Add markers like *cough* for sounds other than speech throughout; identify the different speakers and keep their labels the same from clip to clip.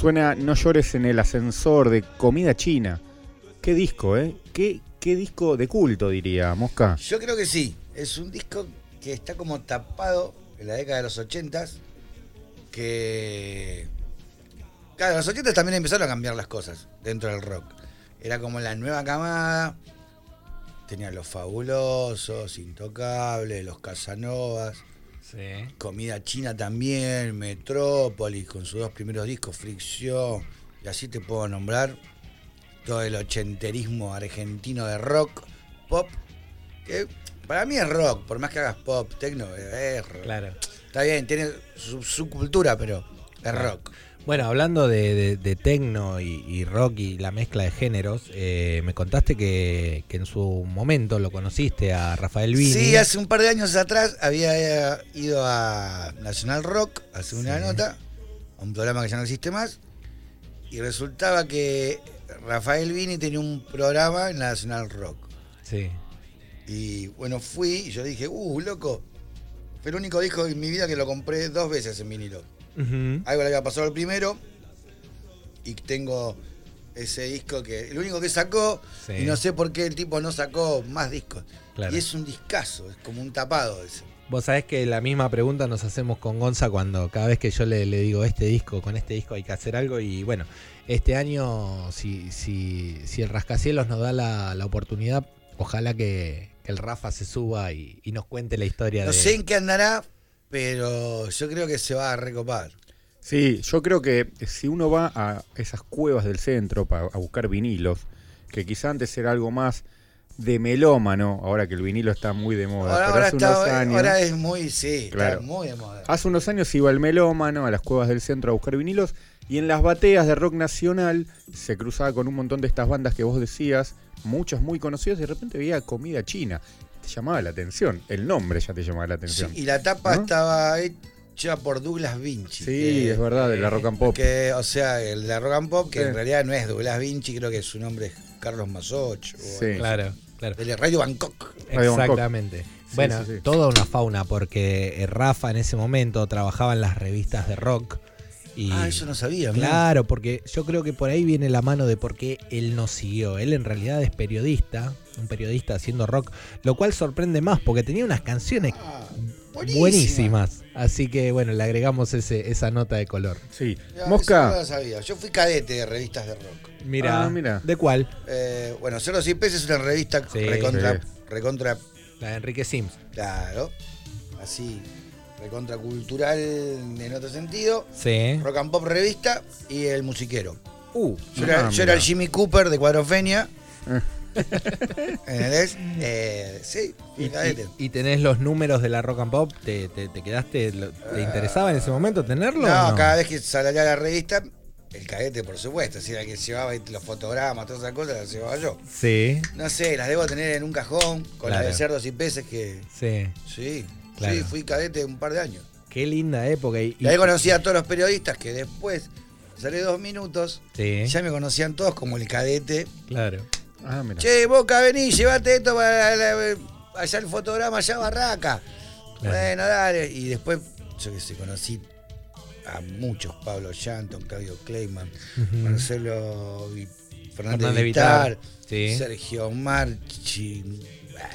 Speaker 1: Suena No llores en el ascensor de Comida China. Qué disco, ¿eh? Qué, qué disco de culto, diría Mosca.
Speaker 2: Yo creo que sí. Es un disco que está como tapado en la década de los 80 que... Claro, en los 80 también empezaron a cambiar las cosas dentro del rock. Era como la nueva camada. Tenía los fabulosos, intocables, los Casanovas.
Speaker 3: Sí.
Speaker 2: Comida china también, Metrópolis con sus dos primeros discos, Fricción, y así te puedo nombrar todo el ochenterismo argentino de rock, pop, que para mí es rock, por más que hagas pop, techno, es rock.
Speaker 3: Claro.
Speaker 2: Está bien, tiene su, su cultura, pero es rock.
Speaker 3: Bueno, hablando de, de, de tecno y, y rock y la mezcla de géneros, eh, me contaste que, que en su momento lo conociste a Rafael Vini.
Speaker 2: Sí, hace un par de años atrás había eh, ido a Nacional Rock, hace una
Speaker 3: Sí.
Speaker 2: nota, a un programa que ya no existe más, y resultaba que Rafael Vini tenía un programa en la Nacional Rock.
Speaker 3: Sí.
Speaker 2: Y bueno, fui y yo dije, uh, loco, fue el único disco en mi vida que lo compré dos veces en vinilo.
Speaker 3: Ujú.
Speaker 2: Algo le había pasado al primero. Y tengo ese disco que. El único que sacó.
Speaker 3: Sí.
Speaker 2: Y no sé por qué el tipo no sacó más discos.
Speaker 3: Claro.
Speaker 2: Y es un discazo, es como un tapado ese.
Speaker 3: Vos sabés que la misma pregunta nos hacemos con Gonza cuando cada vez que yo le, le digo este disco, con este disco hay que hacer algo y bueno, este año si, si, si el rascacielos nos da la, la oportunidad, ojalá que, que el Rafa se suba y, y nos cuente la historia
Speaker 2: No
Speaker 3: de...
Speaker 2: sé en qué andará, pero yo creo que se va a recopar.
Speaker 1: Sí, yo creo que si uno va a esas cuevas del centro para a buscar vinilos, que quizá antes era algo más de melómano, ahora que el vinilo está muy de moda,
Speaker 2: Ahora,
Speaker 1: pero
Speaker 2: ahora
Speaker 1: hace
Speaker 2: está- eh,
Speaker 1: unos años.
Speaker 2: ahora es muy, sí,
Speaker 1: Claro. Ah,
Speaker 2: está muy de moda.
Speaker 1: Hace unos años iba el melómano a las cuevas del centro a buscar vinilos y en las bateas de rock nacional se cruzaba con un montón de estas bandas que vos decías, muchas muy conocidas, y de repente veía comida china. Te llamaba la atención, el nombre ya te llamaba la
Speaker 2: Sí,
Speaker 1: atención.
Speaker 2: y la tapa
Speaker 1: ¿No?
Speaker 2: estaba hecha por Douglas Vinci.
Speaker 1: Sí,
Speaker 2: que-
Speaker 1: es verdad, de la rock and pop.
Speaker 2: eh, Que, o sea, el de Rock and Pop, que
Speaker 1: Sí.
Speaker 2: en realidad no es Douglas Vinci, creo que su nombre es Carlos Masoch. o-
Speaker 1: Sí.
Speaker 3: Claro, claro.
Speaker 2: Del Radio Bangkok.
Speaker 1: Radio Bangkok.
Speaker 3: Exactamente. bueno,
Speaker 1: sí, sí.
Speaker 3: toda una fauna porque eh, Rafa en ese momento trabajaba en las revistas de rock. Y
Speaker 2: Ah, eso no sabía. mirá.
Speaker 3: Claro, porque yo creo que por ahí viene la mano de por qué él nos siguió. Él en realidad es periodista, un periodista haciendo rock, lo cual sorprende más porque tenía unas canciones
Speaker 2: Ah, buenísima.
Speaker 3: buenísimas. Así que bueno, le agregamos ese, esa nota de color.
Speaker 1: Sí.
Speaker 2: Ya, eso no
Speaker 1: Mosca,
Speaker 2: lo sabía. Yo fui cadete de revistas de rock.
Speaker 3: Mira,
Speaker 1: Ah, mira.
Speaker 3: ¿de cuál?
Speaker 2: Eh, bueno, Ceros y Peces es una revista
Speaker 3: Sí.
Speaker 2: recontra,
Speaker 1: Sí.
Speaker 2: recontra,
Speaker 3: La de Enrique Sims.
Speaker 2: claro, así, recontra cultural en otro sentido.
Speaker 3: Sí.
Speaker 2: Rock and Pop revista y El Musiquero.
Speaker 3: Uh,
Speaker 2: Yo, era,
Speaker 1: Ah,
Speaker 2: yo era el
Speaker 1: mira.
Speaker 2: Jimmy Cooper de Cuadrofenia.
Speaker 3: Ah.
Speaker 2: *laughs* ¿Entendés? Eh, sí,
Speaker 3: y,
Speaker 2: fui cadete.
Speaker 3: y- y tenés los números de la rock and pop, ¿te, te- te quedaste? lo- ¿Te interesaba en ese momento tenerlo? o
Speaker 2: Eh, No,
Speaker 3: no?
Speaker 2: cada vez que salía la revista, el cadete, por supuesto, si era el que llevaba ahí los fotogramas, todas esas cosas, las llevaba yo.
Speaker 3: Sí,
Speaker 2: No sé, las debo tener en un cajón, con
Speaker 3: Claro.
Speaker 2: las de cerdos y peces que.
Speaker 3: sí.
Speaker 2: Sí,
Speaker 3: Claro.
Speaker 2: sí, fui cadete un par de años.
Speaker 3: Qué linda época. Y,
Speaker 2: Y ahí conocí a todos los periodistas que después, salí dos minutos,
Speaker 3: Sí,
Speaker 2: ya me conocían todos como el cadete.
Speaker 3: claro.
Speaker 1: ah, mira.
Speaker 2: Che, Boca, vení, llévate esto para la- allá el fotograma, allá Barraca.
Speaker 3: Claro.
Speaker 2: Bueno, dale. Y después, yo que sé, conocí a muchos, Pablo Shanton, Claudio Kleiman,
Speaker 3: Ujú.
Speaker 2: Marcelo Vi- Fernández,
Speaker 3: Fernández
Speaker 2: Vitar,
Speaker 3: Vitar, sí.
Speaker 2: Sergio Marchi.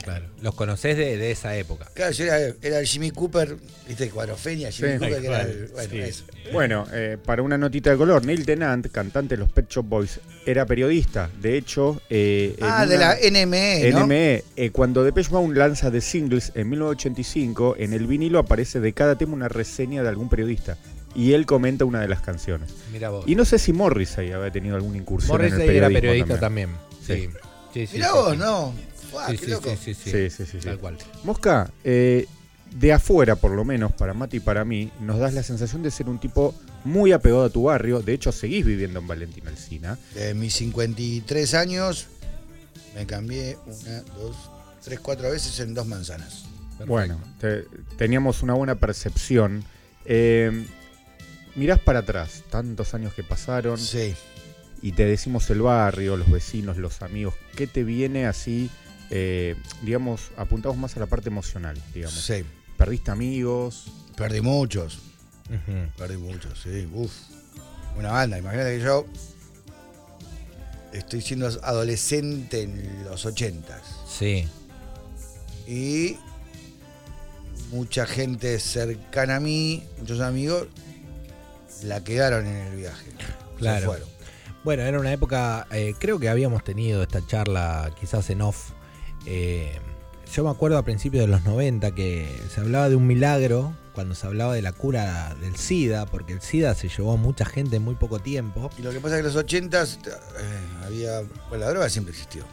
Speaker 3: Claro, los conocés de, de esa época.
Speaker 2: Claro, yo era, era el Jimmy Cooper, viste, Cuadrofenia, Jimmy
Speaker 1: Sí.
Speaker 2: Cooper, que era el-
Speaker 3: Tal cual,
Speaker 2: bueno,
Speaker 3: sí.
Speaker 2: eso.
Speaker 1: Bueno, eh, para una notita de color, Neil Tennant, cantante de los Pet Shop Boys, era periodista. De hecho, eh, en
Speaker 2: Ah, de
Speaker 1: una-
Speaker 2: la NME,
Speaker 3: E,
Speaker 2: ¿no?
Speaker 1: NME, eh, cuando Depeche Mode lanza The Singles en 1985, en el vinilo aparece de cada tema una reseña de algún periodista. Y él comenta una de las canciones.
Speaker 3: Mira vos.
Speaker 1: Y no sé si Morrissey había tenido alguna incursión en el
Speaker 3: Morrissey era
Speaker 1: periodismo
Speaker 3: periodista también. Sí.
Speaker 1: Sí.
Speaker 3: Sí, sí,
Speaker 2: Mirá
Speaker 3: sí,
Speaker 2: vos,
Speaker 3: sí.
Speaker 2: ¿no? Fua,
Speaker 3: Sí,
Speaker 2: qué
Speaker 3: sí,
Speaker 2: loco.
Speaker 3: sí, sí, sí.
Speaker 1: Sí, sí, sí, sí.
Speaker 3: Tal cual.
Speaker 1: Mosca, eh, de afuera por lo menos, para Mati y para mí, nos das la sensación de ser un tipo muy apegado a tu barrio. De hecho, seguís viviendo en Valentín Alcina.
Speaker 2: De mis 53 años, me cambié una, dos, tres, cuatro veces en dos manzanas.
Speaker 3: Perfecto.
Speaker 1: Bueno, te- teníamos una buena percepción. Eh, mirás para atrás, tantos años que pasaron.
Speaker 2: Sí.
Speaker 1: y te decimos el barrio, los vecinos, los amigos, ¿qué te viene así? eh, digamos, apuntamos más a la parte emocional, digamos.
Speaker 2: Sí,
Speaker 1: Perdiste amigos,
Speaker 2: perdí muchos,
Speaker 3: Ujú.
Speaker 2: perdí muchos, sí, uf. una banda. Imagínate que yo estoy siendo adolescente en los ochentas
Speaker 3: Sí.
Speaker 2: y mucha gente cercana a mí, muchos amigos, la quedaron en el viaje.
Speaker 3: Claro.
Speaker 2: Se fueron.
Speaker 3: Bueno, era una época, eh, creo que habíamos tenido esta charla quizás en off. Eh, yo me acuerdo a principios de los 90 que se hablaba de un milagro cuando se hablaba de la cura del SIDA, porque el SIDA se llevó a mucha gente en muy poco tiempo.
Speaker 2: Y lo que pasa es que en los ochentas eh, había. Bueno, la droga siempre existió.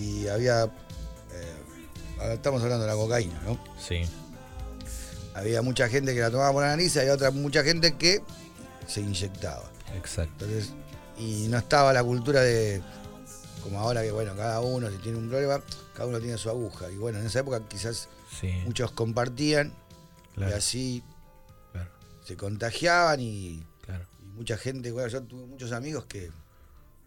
Speaker 2: Y había. eh, ahora estamos hablando de la cocaína, ¿no?
Speaker 3: Sí.
Speaker 2: Había mucha gente que la tomaba por la nariz y había otra mucha gente que se inyectaba.
Speaker 3: Exacto.
Speaker 2: Entonces, y no estaba la cultura de. Como ahora que, bueno, cada uno si tiene un problema, cada uno tiene su aguja. Y bueno, en esa época quizás
Speaker 3: Sí.
Speaker 2: muchos compartían y
Speaker 3: Claro,
Speaker 2: así
Speaker 3: claro,
Speaker 2: se contagiaban y,
Speaker 3: claro.
Speaker 2: y mucha gente. Bueno, yo tuve muchos amigos que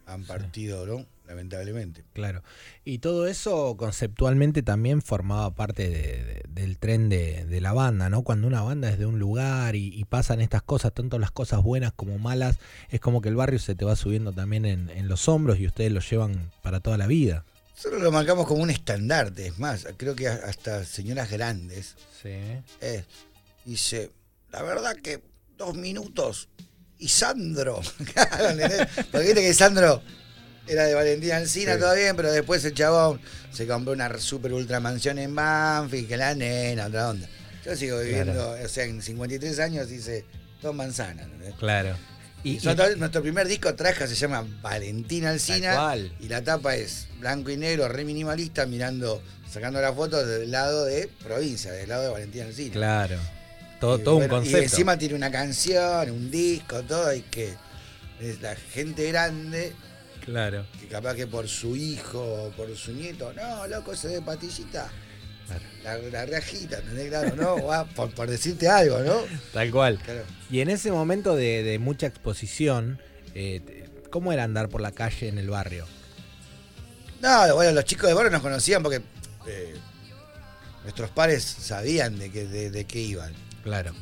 Speaker 2: han partido, ¿no? Lamentablemente.
Speaker 3: Claro. Y todo eso conceptualmente también formaba parte de- de- del tren de, de la banda, ¿no? Cuando una banda es de un lugar y, y pasan estas cosas, tanto las cosas buenas como malas, es como que el barrio se te va subiendo también en, en los hombros y ustedes lo llevan para toda la vida.
Speaker 2: Nosotros lo marcamos como un estandarte, es más, creo que a- hasta señoras grandes
Speaker 3: Sí.
Speaker 2: eh, dice, la verdad que dos minutos y Sandro, *laughs* Claro, ¿entendés? porque viste que Sandro era de Valentina Alcina,
Speaker 1: Sí.
Speaker 2: todo bien, pero después el chabón se compró una super ultra mansión en Banfield, que la nena, otra onda. Yo sigo viviendo, o sea, en 53 años hice dos manzanas. ¿entendés?
Speaker 3: Claro. Y, y-
Speaker 2: Nosotros- nuestro primer disco traja se llama Valentina Alcina.
Speaker 3: Tal cual.
Speaker 2: Y la tapa es blanco y negro, re minimalista, mirando, sacando la foto del lado de provincia, del lado de Valentina Alcina.
Speaker 3: claro. Todo,
Speaker 2: Y
Speaker 3: todo
Speaker 2: Eh, bueno,
Speaker 3: un
Speaker 2: Y
Speaker 3: concepto.
Speaker 2: encima tiene una canción, un disco, todo, y que es la gente grande,
Speaker 3: Claro.
Speaker 2: que capaz que por su hijo o por su nieto, no, loco, ese de patillita.
Speaker 3: Claro.
Speaker 2: La, la rajita, ¿entendés? Claro, ¿no? *laughs* Va, por, por decirte algo, ¿no?
Speaker 3: Tal cual.
Speaker 2: Claro.
Speaker 3: Y en ese momento de, de mucha exposición, eh, te- ¿cómo era andar por la calle en el barrio?
Speaker 2: No, bueno, los chicos de Boro nos conocían porque eh, nuestros pares sabían de qué, de, de qué iban.
Speaker 3: Claro.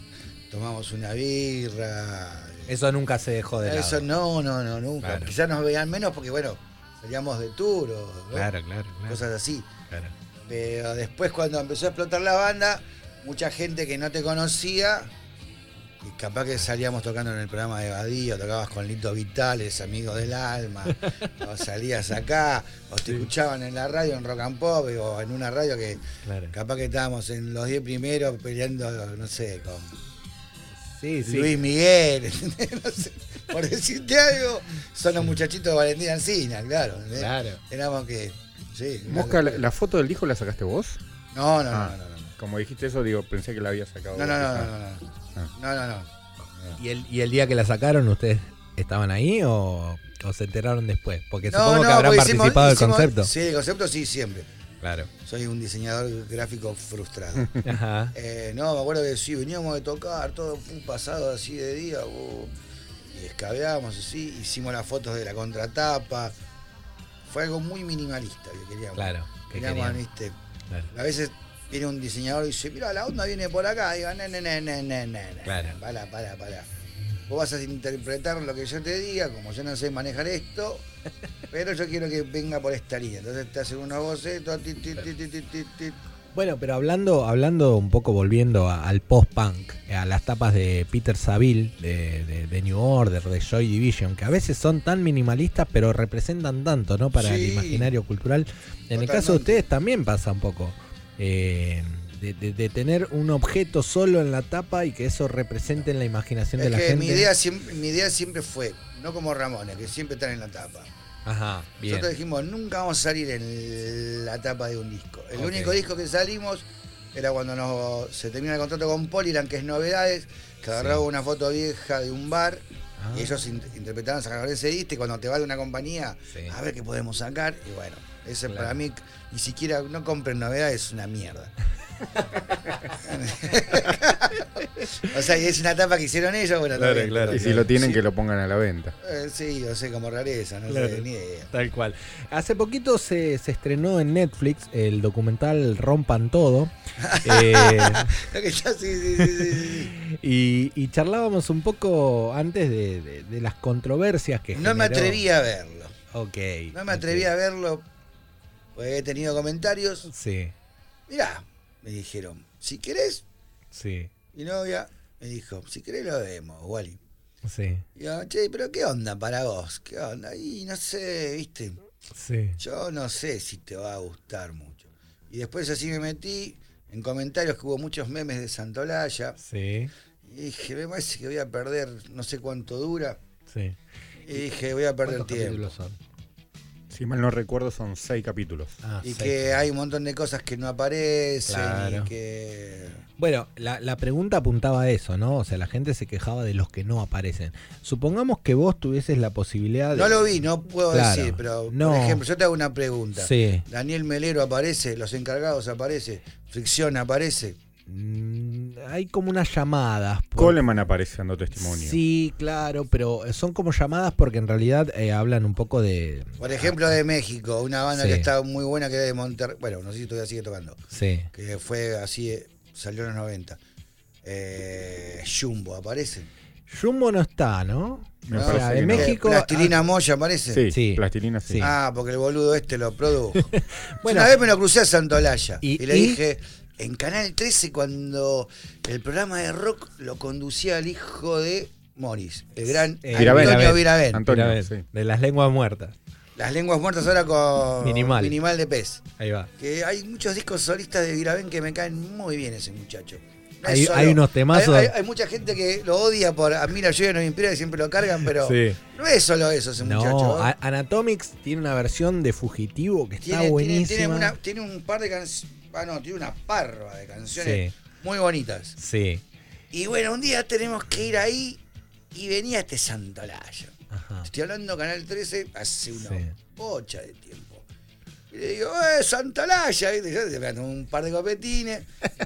Speaker 2: Tomamos una birra.
Speaker 3: Eso nunca se dejó de lado.
Speaker 2: Eso no, no, no, nunca.
Speaker 3: Claro.
Speaker 2: Quizás nos veían menos porque, bueno, salíamos de tour o ¿no?
Speaker 3: Claro, claro, claro.
Speaker 2: cosas así.
Speaker 3: Claro.
Speaker 2: Pero después cuando empezó a explotar la banda, mucha gente que no te conocía, y capaz que salíamos tocando en el programa de Badío, tocabas con Lito Vitales, Amigos del
Speaker 3: *laughs*
Speaker 2: Alma, o salías acá, o te escuchaban en la radio, en Rock and Pop, o en una radio que
Speaker 3: Claro.
Speaker 2: capaz que estábamos en los 10 primeros peleando, no sé, con
Speaker 3: Sí, sí.
Speaker 2: Luis Miguel, *laughs* ¿entendés? no sé, por decirte algo, son los muchachitos de Valentín Alcina, claro. ¿entendés?
Speaker 3: Claro.
Speaker 2: Éramos que... Sí,
Speaker 1: Mosca, la, la foto del disco la sacaste vos?
Speaker 2: No, no,
Speaker 1: Ah.
Speaker 2: no, no, no.
Speaker 1: Como dijiste eso, digo, pensé que la había sacado
Speaker 2: No,
Speaker 1: vos,
Speaker 2: no, no,
Speaker 1: quizá.
Speaker 2: no, no, no.
Speaker 1: Ah.
Speaker 2: No, no, no.
Speaker 3: ¿Y el, y el día que la sacaron, ¿ustedes estaban ahí o, o se enteraron después? Porque
Speaker 2: No,
Speaker 3: supongo
Speaker 2: no,
Speaker 3: que habrán
Speaker 2: porque hicimos-
Speaker 3: participado del
Speaker 2: hicimos-
Speaker 3: concepto.
Speaker 2: Sí, el concepto sí, siempre.
Speaker 3: Claro.
Speaker 2: Soy un diseñador gráfico
Speaker 3: *laughs*
Speaker 2: frustrado.
Speaker 3: Ajá.
Speaker 2: Eh, no, me acuerdo que sí, veníamos de tocar, todo fue un pasado así de día, uh, y escabeamos así, hicimos las fotos de la contratapa. Fue algo muy minimalista que queríamos.
Speaker 3: Claro. que
Speaker 2: Queríamos,
Speaker 3: querían.
Speaker 2: viste,
Speaker 3: Claro.
Speaker 2: a veces viene un diseñador y dice, mira, la onda viene por acá. Y digo, no, no, no, no, no, no.
Speaker 3: Claro.
Speaker 2: Pará, pará, pará. Vos vas a interpretar lo que yo te diga, como yo no sé manejar
Speaker 3: *laughs*
Speaker 2: esto, pero yo quiero que venga por esta línea. Entonces te hacen unos bocetos, tit, tit, tit, tit, tit, tit, tit.
Speaker 3: Bueno, pero hablando, hablando un poco, volviendo a- al post-punk, a las tapas de Peter Saville, de, de- de New Order, de Joy Division, que a veces son tan minimalistas, pero representan tanto, ¿no? Para el
Speaker 2: Sí.
Speaker 3: imaginario cultural. En el caso de
Speaker 2: Totalmente.
Speaker 3: ustedes también pasa un poco. eh, de, de- de tener un objeto solo en la tapa y que eso represente en la imaginación de
Speaker 2: Es
Speaker 3: la
Speaker 2: que
Speaker 3: gente.
Speaker 2: mi idea, siempre, mi idea siempre fue, no como Ramones, que siempre están en la tapa.
Speaker 3: Ajá, bien.
Speaker 2: Nosotros dijimos, nunca vamos a salir en la tapa de un disco. El
Speaker 3: Ok.
Speaker 2: único disco que salimos era cuando nos- se termina el contrato con Polyland, que es Novedades, que agarraba una foto vieja de un bar
Speaker 3: Ah,
Speaker 2: y ellos in- interpretaban, sacaron ese disco y cuando te va de una compañía,
Speaker 3: Sí.
Speaker 2: a ver qué podemos sacar. Y bueno, ese
Speaker 3: Claro.
Speaker 2: para mí, ni siquiera no compren Novedades, es una mierda. o sea, es una tapa que hicieron ellos, bueno,
Speaker 4: Claro,
Speaker 2: también,
Speaker 4: claro.
Speaker 2: pero-
Speaker 1: Y si lo tienen,
Speaker 2: Sí.
Speaker 1: que lo pongan a la venta.
Speaker 2: Eh, sí, o sea, como rareza, no
Speaker 3: Claro.
Speaker 2: sé, ni idea.
Speaker 3: Tal cual. Hace poquito se, se estrenó en Netflix el documental Rompan
Speaker 2: *laughs*
Speaker 3: Todo. Eh,
Speaker 2: Lo que yo- sí, sí, sí, sí, sí.
Speaker 3: y, y charlábamos un poco antes de, de- de las controversias *laughs* que
Speaker 2: No me
Speaker 3: generó. Este.
Speaker 2: atreví a verlo.
Speaker 3: Ok.
Speaker 2: No me atreví a verlo, pues he tenido comentarios.
Speaker 3: Sí,
Speaker 2: Mirá, me dijeron, si querés,
Speaker 3: sí,
Speaker 2: mi novia me dijo, si querés lo vemos, Wally.
Speaker 3: sí,
Speaker 2: Y yo, che, pero ¿qué onda para vos? ¿Qué onda? Y no sé, viste,
Speaker 3: sí.
Speaker 2: yo no sé si te va a gustar mucho. Y después así me metí en comentarios que hubo muchos memes de Santolaya.
Speaker 3: Sí,
Speaker 2: Y dije, me parece que voy a perder, no sé cuánto dura.
Speaker 3: sí.
Speaker 2: Y dije, voy a perder
Speaker 3: ¿Cuántos
Speaker 2: tiempo.
Speaker 3: capítulos son?
Speaker 1: Si mal no recuerdo, son seis capítulos.
Speaker 3: Ah,
Speaker 2: Y
Speaker 3: seis.
Speaker 2: que hay un montón de cosas que no aparecen
Speaker 3: Claro.
Speaker 2: y que...
Speaker 3: Bueno, la, la pregunta apuntaba a eso, ¿no? O sea, la gente se quejaba de los que no aparecen. Supongamos que vos tuvieses la posibilidad de...
Speaker 2: No lo vi, no puedo
Speaker 3: Claro.
Speaker 2: decir, pero
Speaker 3: No.
Speaker 2: por ejemplo, yo te hago una pregunta.
Speaker 3: Sí.
Speaker 2: Daniel Melero aparece, Los Encargados aparece, Fricción aparece.
Speaker 3: Mm, hay como unas llamadas. por-
Speaker 1: Coleman aparece dando testimonio.
Speaker 3: Sí, claro, pero son como llamadas porque en realidad eh, hablan un poco de...
Speaker 2: Por ejemplo, de México, una banda
Speaker 3: Sí.
Speaker 2: que está muy buena que era de Monterrey. Bueno, no sé si todavía sigue tocando.
Speaker 3: Sí,
Speaker 2: Que fue así, eh, salió en los 90. Eh, Jumbo aparece.
Speaker 3: Jumbo no está, ¿no?
Speaker 1: Me
Speaker 3: O sea,
Speaker 1: parece que
Speaker 3: en
Speaker 1: no.
Speaker 3: México...
Speaker 2: Plastilina Moya aparece.
Speaker 1: Sí,
Speaker 3: Sí.
Speaker 1: plastilina sí.
Speaker 3: Sí.
Speaker 2: Ah, porque el boludo este lo
Speaker 3: *laughs*
Speaker 2: produjo.
Speaker 3: Bueno.
Speaker 2: una vez me lo crucé a Santolaya y,
Speaker 3: Y-
Speaker 2: le
Speaker 3: y-
Speaker 2: dije, en Canal 13, cuando el programa de rock lo conducía el hijo de Morris, el gran
Speaker 3: Eh,
Speaker 1: Viravent.
Speaker 2: Antonio Viravent.
Speaker 1: Antonio,
Speaker 3: Mira,
Speaker 1: sí.
Speaker 3: De las lenguas muertas.
Speaker 2: Las lenguas muertas ahora con
Speaker 3: Minimal.
Speaker 2: de Pez.
Speaker 3: Ahí va.
Speaker 2: Que hay muchos discos solistas de Viravent que me caen muy bien ese muchacho. No es
Speaker 3: Hay-
Speaker 2: solo-
Speaker 3: hay unos temazos.
Speaker 2: Hay, hay- hay mucha gente que lo odia por admira, llueve, nos inspira y siempre lo cargan, pero
Speaker 3: Sí.
Speaker 2: no es solo eso ese muchacho.
Speaker 3: No,
Speaker 2: ¿eh?
Speaker 3: a- Anatomics tiene una versión de Fugitivo que está buenísima.
Speaker 2: Tiene, una- tiene un par de canciones. Ah, no, tiene una parva de canciones
Speaker 3: Sí.
Speaker 2: muy bonitas.
Speaker 3: Sí.
Speaker 2: Y bueno, un día tenemos que ir ahí y venía este Santolaya.
Speaker 3: Ajá.
Speaker 2: Estoy hablando Canal 13 hace una
Speaker 3: Ah. Sí.
Speaker 2: bocha de tiempo. Y le digo, ¡eh, Santolaya! ¿viste? Yo le tomé un par de copetines,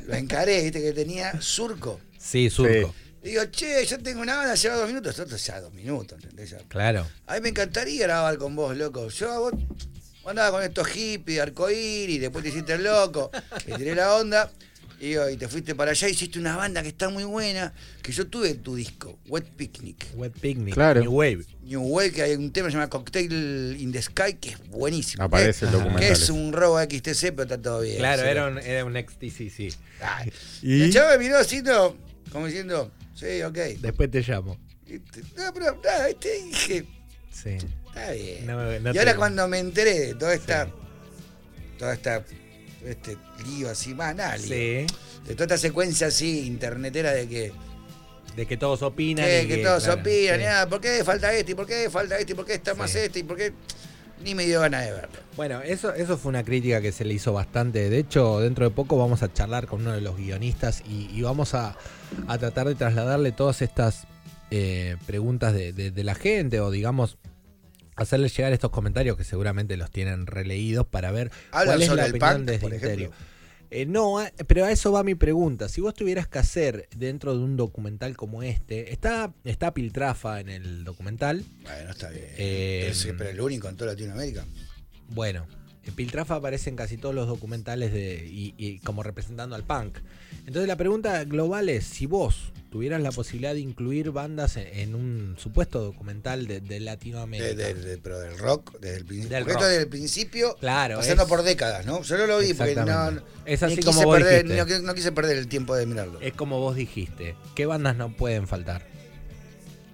Speaker 2: lo encaré, viste, que tenía surco.
Speaker 3: Sí, surco.
Speaker 2: Le digo, che, yo tengo una banda, lleva dos minutos, esto ya dos minutos, ¿entendés? Ya
Speaker 3: Claro.
Speaker 2: a mí me encantaría grabar con vos, loco. Yo a vos, vos andabas con estos hippies, arcoíris, después te hiciste el
Speaker 3: *laughs*
Speaker 2: loco, te tiré la onda. Y, digo, y te fuiste para allá, hiciste una banda que está muy buena, que yo tuve tu disco, Wet Picnic.
Speaker 3: Wet Picnic.
Speaker 1: Claro.
Speaker 3: New Wave.
Speaker 2: New Wave, que hay un tema que se llama Cocktail in the Sky, que es buenísimo.
Speaker 1: Aparece el
Speaker 2: Que-
Speaker 1: documental.
Speaker 2: Que es un robo XTC, pero está todo bien.
Speaker 3: Claro,
Speaker 2: Sí.
Speaker 3: era un, era un XTC, sí.
Speaker 2: Ay.
Speaker 3: Y-
Speaker 2: El chavo me miró haciendo, como diciendo, sí, ok.
Speaker 3: Después te llamo.
Speaker 2: Y te- No, pero nada, este dije,
Speaker 3: Sí.
Speaker 2: Está bien.
Speaker 3: No me- no
Speaker 2: y ahora
Speaker 3: te-
Speaker 2: cuando me enteré de toda esta. Toda esta. todo Este lío así, más nada, lío.
Speaker 3: Sí.
Speaker 2: De toda esta secuencia así, internetera de que.
Speaker 3: De que todos opinan.
Speaker 2: eh,
Speaker 3: y
Speaker 2: que todos
Speaker 3: claro,
Speaker 2: opinan,
Speaker 3: sí.
Speaker 2: y, ah, ¿por qué falta este? ¿Y ¿Por qué falta este? ¿Y ¿Por qué está más
Speaker 3: Sí.
Speaker 2: este? ¿Y por qué.? Ni me dio ganas de verlo.
Speaker 3: Bueno, eso, eso fue una crítica que se le hizo bastante. De hecho, dentro de poco vamos a charlar con uno de los guionistas y, y vamos a, a tratar de trasladarle todas estas eh, preguntas de, de- de la gente o, digamos, hacerle llegar estos comentarios que seguramente los tienen releídos para ver
Speaker 2: Hablan
Speaker 3: cuál es
Speaker 2: sobre
Speaker 3: la
Speaker 2: el
Speaker 3: opinión
Speaker 2: punk,
Speaker 3: desde
Speaker 2: por ejemplo.
Speaker 3: Interio. Eh, no, a- pero a eso va mi pregunta. Si vos tuvieras que hacer dentro de un documental como este, está, está Piltrafa en el documental,
Speaker 2: Bueno, está bien.
Speaker 3: Eh,
Speaker 2: Es- pero el único en toda Latinoamérica.
Speaker 3: Bueno, eh, Piltrafa aparece en casi todos los documentales de, y, y como representando al punk. Entonces la pregunta global es, si vos tuvieras la posibilidad de incluir bandas en, en un supuesto documental de, de Latinoamérica.
Speaker 2: De- de- de- pero Eh, del rock, desde el principio.
Speaker 3: Del
Speaker 2: Porque
Speaker 3: rock.
Speaker 2: esto desde el principio,
Speaker 3: Claro,
Speaker 2: pasando
Speaker 3: es-
Speaker 2: por décadas, ¿no? Yo no lo vi porque no.
Speaker 3: Exactamente. Es así
Speaker 2: ni
Speaker 3: como
Speaker 2: quise
Speaker 3: vos
Speaker 2: perder-
Speaker 3: dijiste.
Speaker 2: no- no quise perder el tiempo de mirarlo.
Speaker 3: Es como vos dijiste, ¿qué bandas no pueden faltar?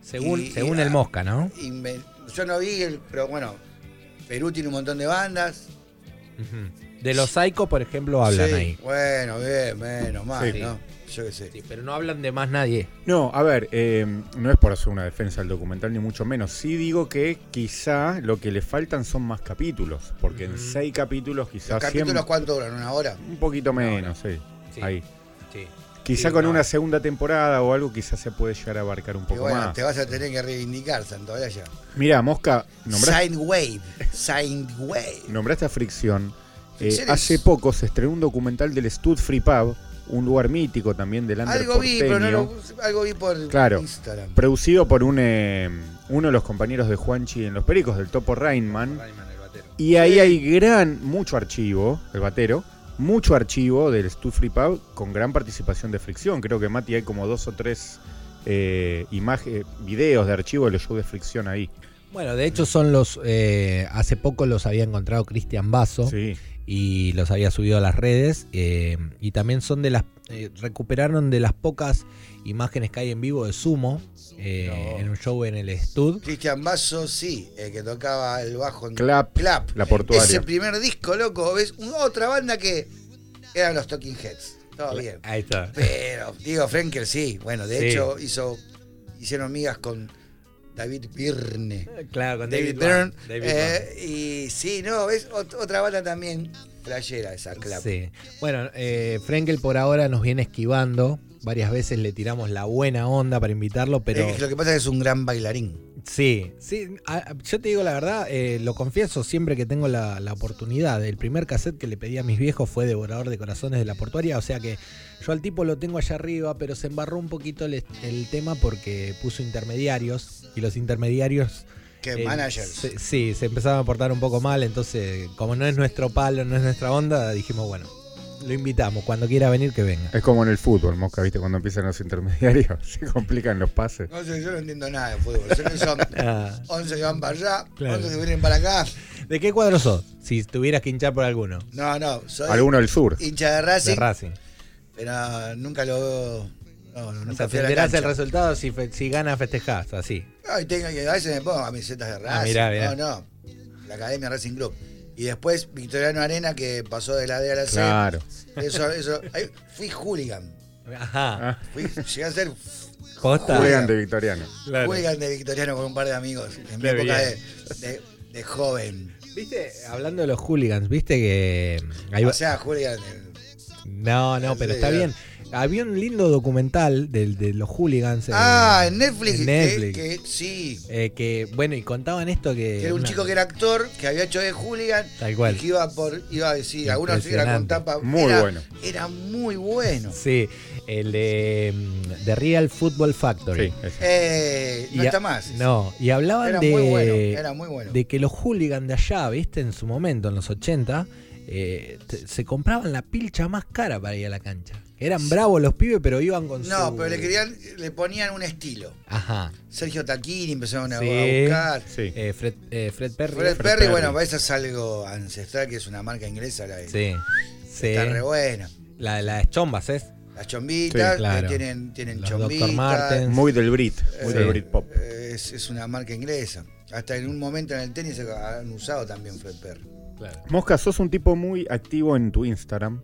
Speaker 3: Según,
Speaker 2: Y-
Speaker 3: según
Speaker 2: y-
Speaker 3: el Mosca, ¿no?
Speaker 2: Inven- Yo no vi, el- pero bueno, Perú tiene un montón de bandas.
Speaker 3: Ujú. De los Psycho, por ejemplo, hablan
Speaker 2: Sí,
Speaker 3: ahí.
Speaker 2: Bueno, bien, menos mal,
Speaker 3: Sí.
Speaker 2: ¿no? Yo qué sé.
Speaker 3: Sí, pero no hablan de más nadie.
Speaker 1: No, a ver, eh, no es por hacer una defensa al documental, ni mucho menos. Sí digo que quizá lo que le faltan son más capítulos, porque en
Speaker 3: Ujú.
Speaker 1: seis capítulos
Speaker 2: ¿Los
Speaker 1: quizás
Speaker 2: capítulos
Speaker 1: siempre-
Speaker 2: cuánto duran? ¿Una hora?
Speaker 1: un poquito menos, sí,
Speaker 3: Sí,
Speaker 1: ahí.
Speaker 3: sí.
Speaker 1: Quizá
Speaker 3: Sí,
Speaker 1: con
Speaker 3: no.
Speaker 1: una segunda temporada o algo quizás se puede llegar a abarcar un
Speaker 2: Y
Speaker 1: poco
Speaker 2: bueno,
Speaker 1: más.
Speaker 2: te vas a tener que reivindicar, Santo Olalla.
Speaker 1: Mira, Mosca, nombraste,
Speaker 2: Sine Wave. Sine Wave.
Speaker 1: nombraste a Fricción Eh,
Speaker 2: serio?
Speaker 1: hace poco se estrenó un documental del Stud Free Pub, un lugar mítico también del under
Speaker 2: Algo vi, pero no
Speaker 1: porteño,
Speaker 2: lo- algo vi por
Speaker 1: Claro.
Speaker 2: Instagram.
Speaker 1: producido por un, eh, uno de los compañeros de Juanchi en Los Pericos, del Topo Reinman.
Speaker 3: Rayman, el batero.
Speaker 1: Y ahí hay gran, mucho archivo, el batero, mucho archivo del Stu Free Pub con gran participación de fricción. Creo que Mati hay como dos o tres eh, imagen- videos de archivo de los shows de fricción ahí.
Speaker 3: Bueno, de hecho son los. eh, hace poco los había encontrado Cristian
Speaker 2: Oh.
Speaker 3: Basso
Speaker 1: Sí.
Speaker 3: y los había subido a las redes. eh, y también son de las. eh, recuperaron de las pocas imágenes que hay en vivo de Sumo eh,
Speaker 2: No.
Speaker 3: en un show en el Stud.
Speaker 2: Cristian Basso, sí, el que tocaba el bajo en
Speaker 1: Clap,
Speaker 2: Clap.
Speaker 1: la portuaria.
Speaker 2: Ese primer disco, loco, ves Un- otra banda que eran los Talking Heads. Todo bien.
Speaker 3: Ahí está.
Speaker 2: Pero, digo, Frenkel sí. Bueno, de
Speaker 3: Sí.
Speaker 2: hecho, hizo, hicieron migas con David Byrne.
Speaker 3: Claro, con
Speaker 2: David
Speaker 3: David,
Speaker 2: Byrne.
Speaker 3: Byrne, David
Speaker 2: eh,
Speaker 3: Byrne.
Speaker 2: y sí, no, ves Ot- otra banda también. Playera esa, Clap.
Speaker 3: Sí. Bueno, eh, Frenkel por ahora nos viene esquivando. Varias veces le tiramos la buena onda para invitarlo, pero.
Speaker 2: Es que lo que pasa es que es un gran bailarín.
Speaker 3: Sí, sí. a- a- yo te digo la verdad, eh, lo confieso siempre que tengo la, la oportunidad. El primer cassette que le pedí a mis viejos fue Devorador de Corazones de la Portuaria. O sea que yo al tipo lo tengo allá arriba, pero se embarró un poquito el, el tema porque puso intermediarios y los intermediarios.
Speaker 2: Que
Speaker 3: eh,
Speaker 2: managers.
Speaker 3: se- sí, se empezaron a portar un poco mal. Entonces, como no es nuestro palo, no es nuestra onda, dijimos, bueno, lo invitamos. Cuando quiera venir, que venga.
Speaker 1: Es como en el fútbol, Mosca, ¿viste? Cuando empiezan los intermediarios, *laughs* se complican los pases.
Speaker 2: No sé, yo no entiendo nada de fútbol. Son- Son
Speaker 3: *laughs* Ah,
Speaker 2: 11 que van para allá,
Speaker 3: Claro.
Speaker 2: 11 que vienen para acá.
Speaker 3: ¿De qué cuadro sos? Si tuvieras que hinchar por alguno.
Speaker 2: No, no, soy
Speaker 1: Alguno del sur.
Speaker 2: hincha de Racing,
Speaker 3: De Racing.
Speaker 2: pero nunca lo veo. No, no,
Speaker 3: O sea,
Speaker 2: nunca fui a la
Speaker 3: enterás el
Speaker 2: cancha.
Speaker 3: resultado si, fe- si ganas festejás, así.
Speaker 2: Ay, tengo que, a veces me pongo camisetas de Racing.
Speaker 3: Ah, mirá,
Speaker 2: No,
Speaker 3: mirá.
Speaker 2: no. La Academia Racing Club. Y después Victoriano Arena que pasó de la D a la C.
Speaker 1: Claro.
Speaker 2: Eso, eso. ahí fui hooligan.
Speaker 3: Ajá.
Speaker 1: Ah,
Speaker 2: Fui, llegué a ser
Speaker 3: Costa.
Speaker 1: juegan de victoriano.
Speaker 3: Claro.
Speaker 2: hooligan de Victoriano con un par de amigos. En mi
Speaker 3: Qué
Speaker 2: época de,
Speaker 3: bien.
Speaker 2: de- de joven.
Speaker 3: Viste, hablando de los hooligans, viste que. mm, ahí va-
Speaker 2: O sea, hooligan. de-
Speaker 3: no, no, pero está bien. Había un lindo documental del- de, los hooligans. eh,
Speaker 2: Ah, en Netflix. que-
Speaker 3: en Netflix.
Speaker 2: Que, sí.
Speaker 3: eh, que, bueno, y contaban esto que.
Speaker 2: Que era un
Speaker 3: una-
Speaker 2: chico que era actor, que había hecho de hooligan.
Speaker 3: Tal cual.
Speaker 2: Y que iba, por, iba a decir, algunos era con
Speaker 3: Impresionante.
Speaker 2: tapa.
Speaker 1: Muy
Speaker 2: era-
Speaker 1: bueno.
Speaker 2: Era muy bueno.
Speaker 3: Sí, el de. mm, The Real Football Factory.
Speaker 1: Sí, ese.
Speaker 2: Eh, no
Speaker 3: Y a-
Speaker 2: está más.
Speaker 3: No, y hablaban
Speaker 2: Era
Speaker 3: de.
Speaker 2: muy bueno, era muy bueno.
Speaker 3: de que los hooligans de allá, viste, en su momento, en los 80, eh, te- se compraban la pilcha más cara para ir a la cancha. Eran bravos los pibes, pero iban con su...
Speaker 2: No, pero le querían, le ponían un estilo.
Speaker 3: Ajá.
Speaker 2: Sergio Taquini empezaron a, a
Speaker 3: Sí.
Speaker 2: buscar.
Speaker 1: Sí.
Speaker 3: Eh, Fred, eh, Fred Perry.
Speaker 2: Fred,
Speaker 1: Fred
Speaker 2: Perry,
Speaker 1: Perry.
Speaker 2: bueno, para eso es algo ancestral, que es una marca inglesa, la de-
Speaker 3: Sí. sí.
Speaker 2: está re buena.
Speaker 3: La, las chombas, ¿es?
Speaker 2: Las chombitas,
Speaker 3: Sí, claro.
Speaker 2: eh, tienen, tienen
Speaker 3: Los
Speaker 2: chombitas.
Speaker 3: Dr. Martens.
Speaker 1: Muy del Brit, muy
Speaker 3: Sí.
Speaker 1: del Brit Pop.
Speaker 2: eh, Es, es una marca inglesa. Hasta en un momento en el tenis han usado también Fred Perry.
Speaker 3: Claro.
Speaker 1: Mosca, sos un tipo muy activo en tu Instagram.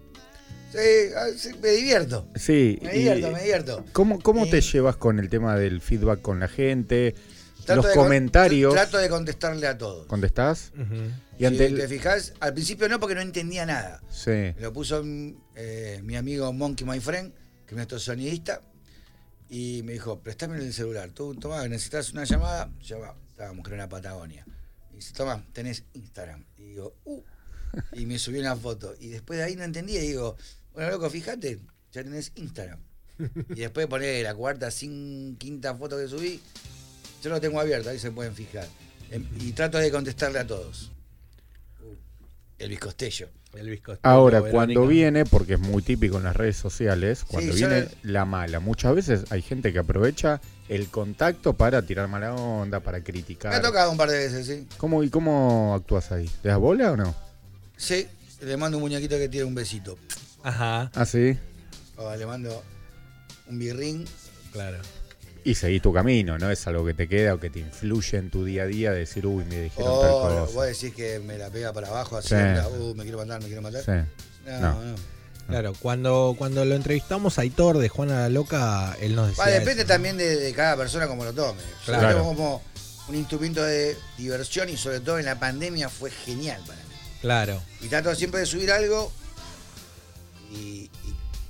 Speaker 2: Sí, ah, sí, me divierto.
Speaker 1: Sí.
Speaker 2: Me
Speaker 1: y-
Speaker 2: divierto, me divierto.
Speaker 1: ¿Cómo, cómo te
Speaker 2: Eh.
Speaker 1: llevas con el tema del feedback con la gente?
Speaker 2: Trato
Speaker 1: los
Speaker 2: de con-
Speaker 1: comentarios.
Speaker 2: Trato de contestarle a todos.
Speaker 1: ¿Contestás? Y
Speaker 2: Si
Speaker 1: ante
Speaker 2: te
Speaker 1: el-
Speaker 2: fijas, al principio no, porque no entendía nada.
Speaker 1: Sí.
Speaker 2: Me Lo puso mm, eh, mi amigo Monkey My Friend, que es nuestro sonidista, y me dijo, préstame el celular. Tú, tomá, necesitas una llamada. Llama, estábamos creo en la Patagonia. Y dice, toma, tenés Instagram. Y digo, uh. Y me subió una foto. Y después de ahí no entendía. Y digo, bueno, loco, fíjate, ya tenés Instagram. Y después poné la cuarta, cin- quinta foto que subí. Yo lo tengo abierto, ahí se pueden fijar. Em, Y trato de contestarle a todos. Uh, Elvis Costello.
Speaker 3: Elvis Costello,
Speaker 1: Ahora,
Speaker 3: Verónica.
Speaker 1: cuando viene, porque es muy típico en las redes sociales, cuando
Speaker 2: yo
Speaker 1: viene
Speaker 2: le-
Speaker 1: la mala, muchas veces hay gente que aprovecha el contacto para tirar mala onda, para
Speaker 2: Me ha
Speaker 1: criticar.
Speaker 2: tocado un par de veces, sí.
Speaker 1: ¿Cómo, ¿Y cómo actúas ahí? ¿Le das bola o no?
Speaker 2: Sí, le mando un muñequito que tira un besito.
Speaker 3: Ajá,
Speaker 1: Ah, sí.
Speaker 2: O le mando un birrín.
Speaker 3: claro.
Speaker 1: Y seguí tu camino, ¿no? Es algo que te queda o que te influye en tu día a día, decir, uy, me dijeron
Speaker 2: O
Speaker 1: tal
Speaker 2: vos
Speaker 1: cosa.
Speaker 2: decís que me la pega para abajo, así,
Speaker 1: Sí.
Speaker 2: anda, uh, me quiero matar, me quiero matar.
Speaker 1: Sí.
Speaker 2: No,
Speaker 1: No.
Speaker 2: no.
Speaker 3: Claro, cuando, cuando lo entrevistamos a Hitor de Juana la Loca, él nos decía.
Speaker 2: Va, depende
Speaker 3: eso.
Speaker 2: también de, de cada persona como lo tome. Yo lo
Speaker 1: Claro.
Speaker 2: tomo como un instrumento de diversión y sobre todo en la pandemia fue genial para mí.
Speaker 3: Claro.
Speaker 2: Y trato siempre de subir algo y, y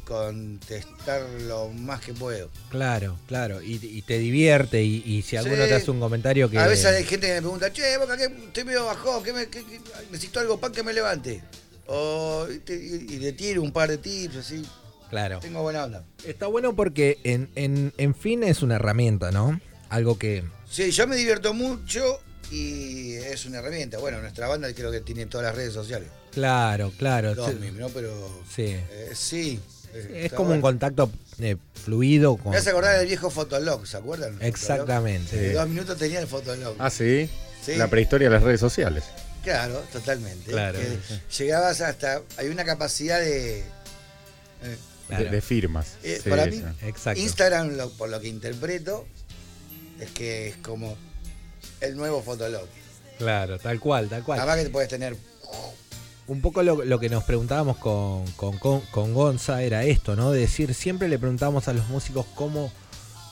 Speaker 2: contestar lo más que puedo.
Speaker 3: Claro, claro. Y, y te divierte y, y si alguno
Speaker 2: Sí.
Speaker 3: te hace un comentario que...
Speaker 2: A veces hay gente que me pregunta, che, Boca, ¿qué? estoy medio bajón, ¿qué me- qué- qué- necesito algo pan que me levante. O, y, te- y- y le tiro un par de tips, así.
Speaker 3: Claro.
Speaker 2: Tengo buena onda.
Speaker 3: Está bueno porque en, en, en fin es una herramienta, ¿no? Algo que.
Speaker 2: Sí, yo me divierto mucho y es una herramienta. Bueno, nuestra banda creo que tiene todas las redes sociales.
Speaker 3: Claro, claro.
Speaker 2: Dos
Speaker 3: Ah, sí.
Speaker 2: mismo, ¿no? Pero.
Speaker 3: Sí.
Speaker 2: eh, sí. eh,
Speaker 3: Es
Speaker 2: está
Speaker 3: como un
Speaker 2: bueno.
Speaker 3: contacto eh, fluido con.
Speaker 2: Me hace acordar del viejo Fotolog, ¿se acuerdan?
Speaker 3: Exactamente.
Speaker 2: De dos minutos tenía el Fotolog.
Speaker 1: Ah, sí.
Speaker 2: Sí.
Speaker 1: La prehistoria de las redes sociales.
Speaker 2: Claro, totalmente.
Speaker 3: Claro.
Speaker 2: Que llegabas hasta. Hay una capacidad de. eh,
Speaker 1: De,
Speaker 3: Claro. Ah,
Speaker 1: de firmas.
Speaker 2: Eh,
Speaker 1: Sí,
Speaker 2: para mí-
Speaker 1: sí.
Speaker 3: Exacto.
Speaker 2: Instagram, lo- por lo que interpreto, es que es como el nuevo Fotolog.
Speaker 3: Claro, tal cual, tal cual.
Speaker 2: Además que te puedes tener.
Speaker 3: Un poco lo, lo que nos preguntábamos con, con, con- con Gonza era esto, ¿no? De decir, siempre le preguntábamos a los músicos cómo,